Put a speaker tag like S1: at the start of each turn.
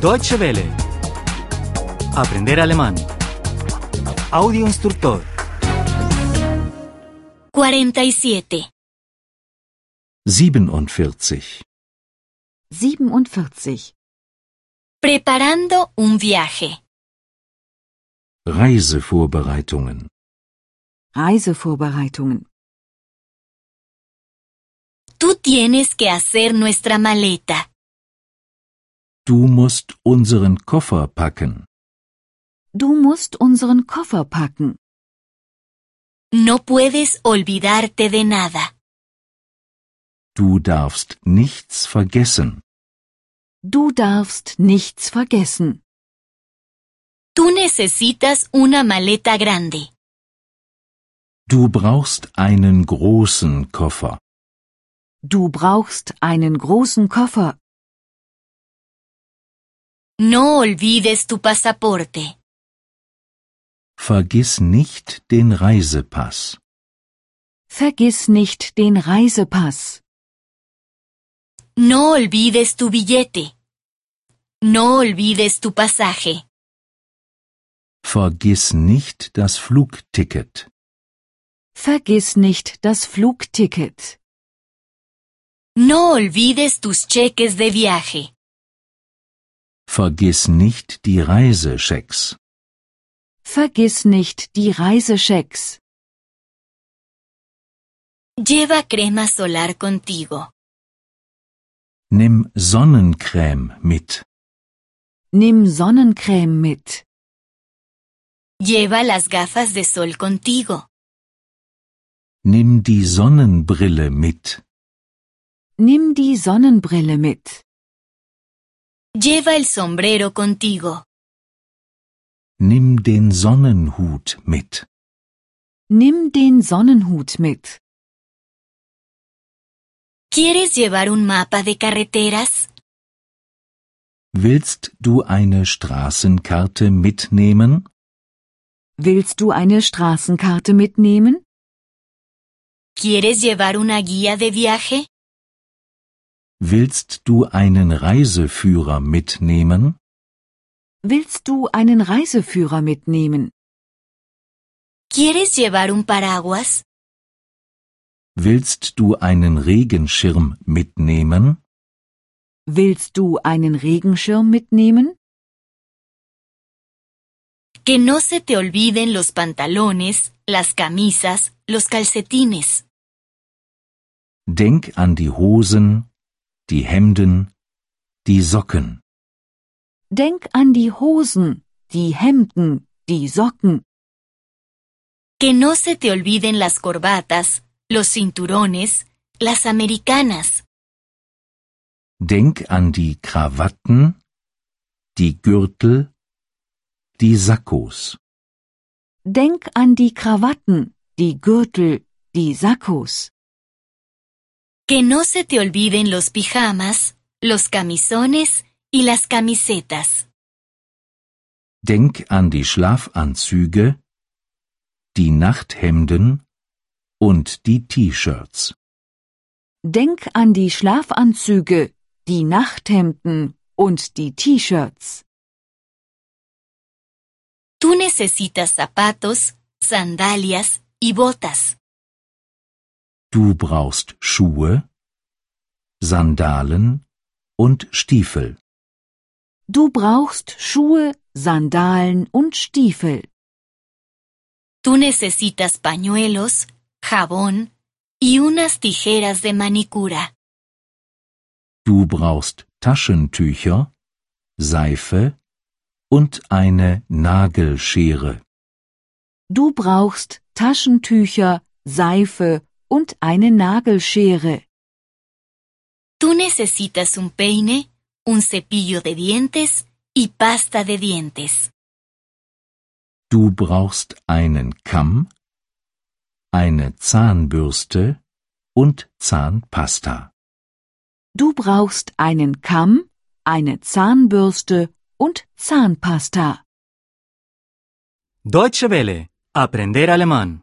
S1: Deutsche Welle. Aprender alemán. Audio instructor.
S2: 47.
S3: 47.
S4: 47.
S2: Preparando un viaje.
S3: Reisevorbereitungen.
S4: Reisevorbereitungen.
S2: Tú tienes que hacer nuestra maleta.
S3: Du musst unseren Koffer packen.
S4: Du musst unseren Koffer packen.
S2: No puedes olvidarte de nada.
S3: Du darfst nichts vergessen.
S4: Du darfst nichts vergessen.
S2: Tú necesitas una maleta grande.
S3: Du brauchst einen großen Koffer.
S4: Du brauchst einen großen Koffer.
S2: No olvides tu pasaporte.
S3: Vergiss nicht den Reisepass.
S4: Vergiss nicht den Reisepass.
S2: No olvides tu billete. No olvides tu pasaje.
S3: Vergiss nicht das Flugticket.
S4: Vergiss nicht das Flugticket.
S2: No olvides tus cheques de viaje.
S3: Vergiss nicht die Reisechecks.
S4: Vergiss nicht die Reisechecks.
S2: Lleva crema solar contigo.
S3: Nimm Sonnencreme mit.
S4: Nimm Sonnencreme mit.
S2: Lleva las gafas de sol contigo.
S3: Nimm die Sonnenbrille mit.
S4: Nimm die Sonnenbrille mit.
S2: Lleva el sombrero contigo.
S3: Nimm den Sonnenhut mit.
S4: Nimm den Sonnenhut mit.
S2: ¿Quieres llevar un mapa de carreteras?
S3: Willst du eine Straßenkarte mitnehmen?
S4: Willst du eine Straßenkarte mitnehmen?
S2: ¿Quieres llevar una guía de viaje?
S3: Willst du einen Reiseführer mitnehmen?
S4: Willst du einen Reiseführer mitnehmen?
S2: ¿Quieres llevar un paraguas?
S3: Willst du einen Regenschirm mitnehmen?
S4: Willst du einen Regenschirm mitnehmen?
S2: Que no se te olviden los pantalones, las camisas, los calcetines.
S3: Denk an die Hosen, die Hemden, die Socken.
S4: Denk an die Hosen, die Hemden, die Socken.
S2: Que no se te olviden las corbatas, los cinturones, las americanas.
S3: Denk an die Krawatten, die Gürtel, die Sakkos.
S4: Denk an die Krawatten, die Gürtel, die Sakkos.
S2: Que no se te olviden los pijamas, los camisones y las camisetas.
S3: Denk an die Schlafanzüge, die Nachthemden und die T-Shirts.
S4: Denk an die Schlafanzüge, die Nachthemden und die T-Shirts.
S2: Tú necesitas zapatos, sandalias y botas.
S3: Du brauchst Schuhe, Sandalen und Stiefel.
S4: Du brauchst Schuhe, Sandalen und Stiefel.
S2: Tú necesitas pañuelos, jabón y unas tijeras de manicura.
S3: Du brauchst Taschentücher, Seife und eine Nagelschere.
S4: Du brauchst Taschentücher, Seife und eine Nagelschere.
S2: Tú necesitas un peine, un cepillo de dientes y pasta de dientes.
S3: Du brauchst einen Kamm, eine Zahnbürste und Zahnpasta.
S4: Du brauchst einen Kamm, eine Zahnbürste und Zahnpasta.
S1: Deutsche Welle. Aprender alemán.